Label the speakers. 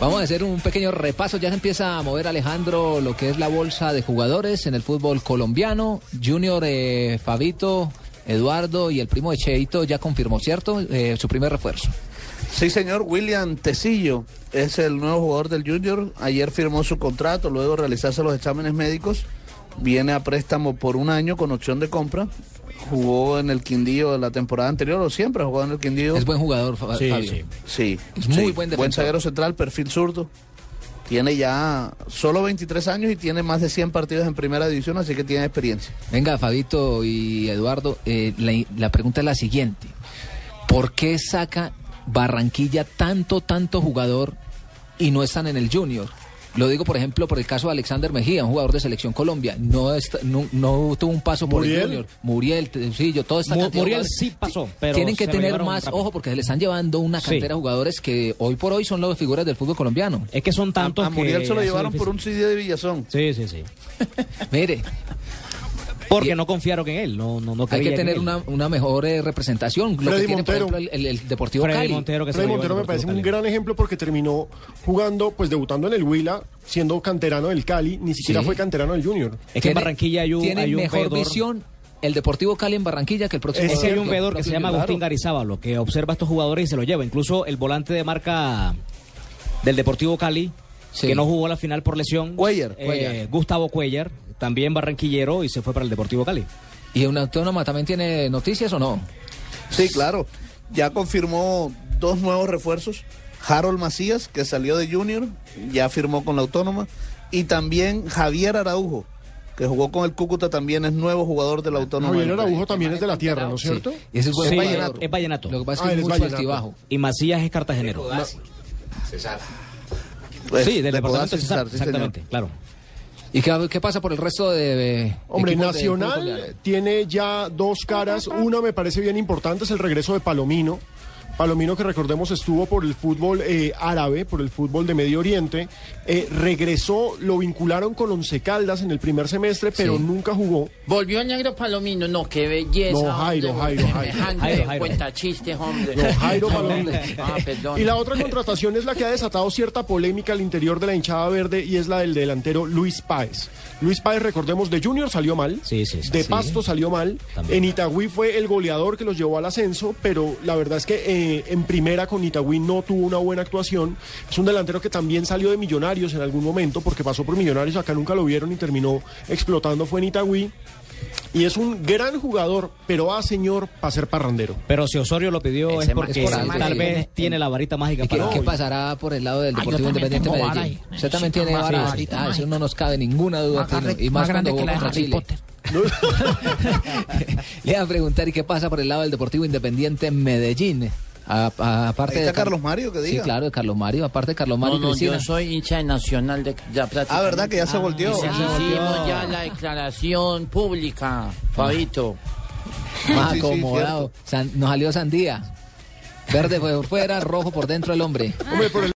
Speaker 1: Vamos a hacer un pequeño repaso. Ya se empieza a mover Alejandro lo que es la bolsa de jugadores en el fútbol colombiano. Junior eh, Fabito, Eduardo y el primo de Cheito ya confirmó, ¿cierto? Eh, su primer refuerzo.
Speaker 2: Sí, señor, William Tecillo es el nuevo jugador del Junior. Ayer firmó su contrato, luego realizarse los exámenes médicos. Viene a préstamo por un año con opción de compra. Jugó en el Quindío de la temporada anterior, o siempre ha jugado en el Quindío.
Speaker 1: Es buen jugador, Fa- Fabio.
Speaker 2: Sí,
Speaker 1: Es muy
Speaker 2: sí,
Speaker 1: buen defensor.
Speaker 2: zaguero central, perfil zurdo. Tiene ya solo 23 años y tiene más de 100 partidos en primera división, así que tiene experiencia.
Speaker 1: Venga, Fabito y Eduardo, eh, la, la pregunta es la siguiente. ¿Por qué saca Barranquilla tanto, tanto jugador y no están en el Junior? Lo digo, por ejemplo, por el caso de Alexander Mejía, un jugador de Selección Colombia. No, está- no, no tuvo un paso por el
Speaker 3: Muriel.
Speaker 1: Junior. Muriel, Tecillo, toda esta
Speaker 4: Mu-
Speaker 1: cantidad de
Speaker 4: Muriel
Speaker 1: jugadores.
Speaker 4: sí pasó, pero
Speaker 1: Tienen que
Speaker 4: se lo
Speaker 1: tener
Speaker 4: llevaron
Speaker 1: más
Speaker 4: rápido.
Speaker 1: ojo porque se le están llevando una
Speaker 4: Sí.
Speaker 1: cantera de jugadores que hoy por hoy son las figuras del fútbol colombiano.
Speaker 4: Es que son
Speaker 2: A,
Speaker 4: tantos
Speaker 2: a Muriel
Speaker 4: que
Speaker 2: se lo
Speaker 4: hace
Speaker 2: llevaron por un CD de Villazón.
Speaker 4: difícil. Sí, sí, sí.
Speaker 1: Mire,
Speaker 4: Porque no confiaron en él, no, no, no
Speaker 1: hay que
Speaker 4: creían en
Speaker 1: tener
Speaker 4: él.
Speaker 1: una, una mejor eh, representación. Lo
Speaker 3: Freddy
Speaker 1: que tiene, por ejemplo,
Speaker 3: Montero.
Speaker 1: el, el- el Deportivo
Speaker 4: Freddy
Speaker 1: Cali.
Speaker 4: Montero que se
Speaker 3: Freddy
Speaker 4: lo llevó
Speaker 3: Montero
Speaker 4: al
Speaker 3: me parece un
Speaker 4: Deportivo Cali.
Speaker 3: gran ejemplo porque terminó jugando, pues debutando en el Huila, siendo canterano del Cali, ni siquiera
Speaker 1: Sí.
Speaker 3: fue canterano del Junior.
Speaker 4: Es que en
Speaker 1: Tiene-
Speaker 4: Barranquilla hay un,
Speaker 1: tiene
Speaker 4: hay un
Speaker 1: mejor
Speaker 4: veedor-
Speaker 1: visión el Deportivo Cali en Barranquilla que el próximo.
Speaker 4: Es que hay un
Speaker 1: el
Speaker 4: veedor que se
Speaker 1: propio
Speaker 4: llama
Speaker 1: Junior.
Speaker 4: Agustín Garizábalo, que observa a estos jugadores y se los lleva. Incluso el volante de marca del Deportivo Cali,
Speaker 1: Sí.
Speaker 4: que no jugó la final por lesión.
Speaker 2: Cuellar,
Speaker 4: eh,
Speaker 1: Cuellar.
Speaker 4: Gustavo Cuellar, también barranquillero y se fue para el Deportivo Cali.
Speaker 1: ¿Y una autónoma también tiene noticias o no?
Speaker 2: Sí, claro. Ya confirmó dos nuevos refuerzos. Harold Macías, que salió de Junior, ya firmó con la Autónoma. Y también Javier Araujo, que jugó con el Cúcuta, también es nuevo jugador de la Autónoma.
Speaker 3: Javier Araujo también es de la tierra, ¿no es cierto?
Speaker 1: Sí. Y ese es buen
Speaker 4: Sí,
Speaker 1: jugador.
Speaker 4: es vallenato.
Speaker 1: Lo que pasa es
Speaker 3: Ah,
Speaker 1: que
Speaker 3: él
Speaker 1: es
Speaker 3: es
Speaker 1: mucho
Speaker 3: vallenato.
Speaker 1: altibajo.
Speaker 4: Y Macías es cartagenero.
Speaker 2: Pues,
Speaker 4: sí, del
Speaker 2: de Codazzi,
Speaker 4: Departamento de Cesar,
Speaker 2: sí, señor.
Speaker 4: exactamente, claro.
Speaker 1: ¿Y qué, qué pasa por el resto de. eh,
Speaker 3: Hombre,
Speaker 1: equipos de fútbol de-
Speaker 3: Nacional tiene ya dos caras. Una me parece bien importante, es el regreso de Palomino. Palomino que recordemos estuvo por el fútbol eh, árabe, por el fútbol de Medio Oriente. Eh, regresó, lo vincularon con Once Caldas en el primer semestre, pero
Speaker 1: Sí.
Speaker 3: nunca jugó.
Speaker 5: Volvió el negro Palomino, no, qué belleza.
Speaker 3: No, Jairo,
Speaker 5: hombre,
Speaker 3: Jairo, Jairo.
Speaker 5: semejante
Speaker 4: Jairo, Jairo.
Speaker 5: cuenta chistes, hombre.
Speaker 3: No, Jairo Palomino.
Speaker 5: Ah, perdón.
Speaker 3: Y la otra contratación es la que ha desatado cierta polémica al interior de la hinchada verde y es la del delantero Luis Páez. Luis Páez, recordemos, de Junior salió mal,
Speaker 4: Sí, sí, sí.
Speaker 3: de
Speaker 4: Sí.
Speaker 3: Pasto salió mal,
Speaker 4: También.
Speaker 3: en Itagüí fue el goleador que los llevó al ascenso, pero la verdad es que eh, en primera con Itagüí no tuvo una buena actuación. Es un delantero que también salió de Millonarios en algún momento porque pasó por Millonarios, acá nunca lo vieron y terminó explotando, fue en Itagüí. Y es un gran jugador, pero ah, señor, para ser parrandero.
Speaker 4: Pero si Osorio lo pidió
Speaker 5: Ese
Speaker 4: es
Speaker 5: man-
Speaker 4: porque
Speaker 5: es
Speaker 1: por algo,
Speaker 4: tal
Speaker 1: sí.
Speaker 4: vez tiene la varita mágica
Speaker 1: ¿Y qué,
Speaker 4: para...
Speaker 1: qué pasará por el lado del
Speaker 5: Ah, yo
Speaker 1: Deportivo
Speaker 5: también
Speaker 1: Independiente
Speaker 5: tengo
Speaker 1: Medellín?
Speaker 5: vara ahí.
Speaker 1: Usted también tiene
Speaker 5: Necesito
Speaker 1: vara.
Speaker 5: más varita
Speaker 1: Ah, eso
Speaker 5: mágica.
Speaker 1: no nos cabe ninguna duda.
Speaker 5: Más
Speaker 1: tiene.
Speaker 5: grande-
Speaker 1: y más,
Speaker 5: más
Speaker 1: cuando
Speaker 5: grande que
Speaker 1: jugó
Speaker 5: la de
Speaker 1: contra
Speaker 5: Harry
Speaker 1: Chile.
Speaker 5: Potter.
Speaker 1: Le van a preguntar y qué pasa por el lado del Deportivo Independiente en Medellín. A- a- aparte
Speaker 2: Ahí está
Speaker 1: de Car-
Speaker 2: Carlos Mario, que
Speaker 1: Sí,
Speaker 2: diga.
Speaker 1: claro, de Carlos Mario. Aparte de Carlos Mario
Speaker 5: No,
Speaker 1: y
Speaker 5: no,
Speaker 1: Cristina.
Speaker 5: yo soy hincha de Nacional de ya
Speaker 2: Ah, ¿verdad? Que ya se volteó. Ah,
Speaker 5: prácticamente. Hicimos ya la declaración pública, Fabito.
Speaker 1: Más
Speaker 2: Sí, sí,
Speaker 1: acomodado. San- nos salió sandía. Verde fue por fuera, rojo por dentro el hombre.
Speaker 3: Hombre, por el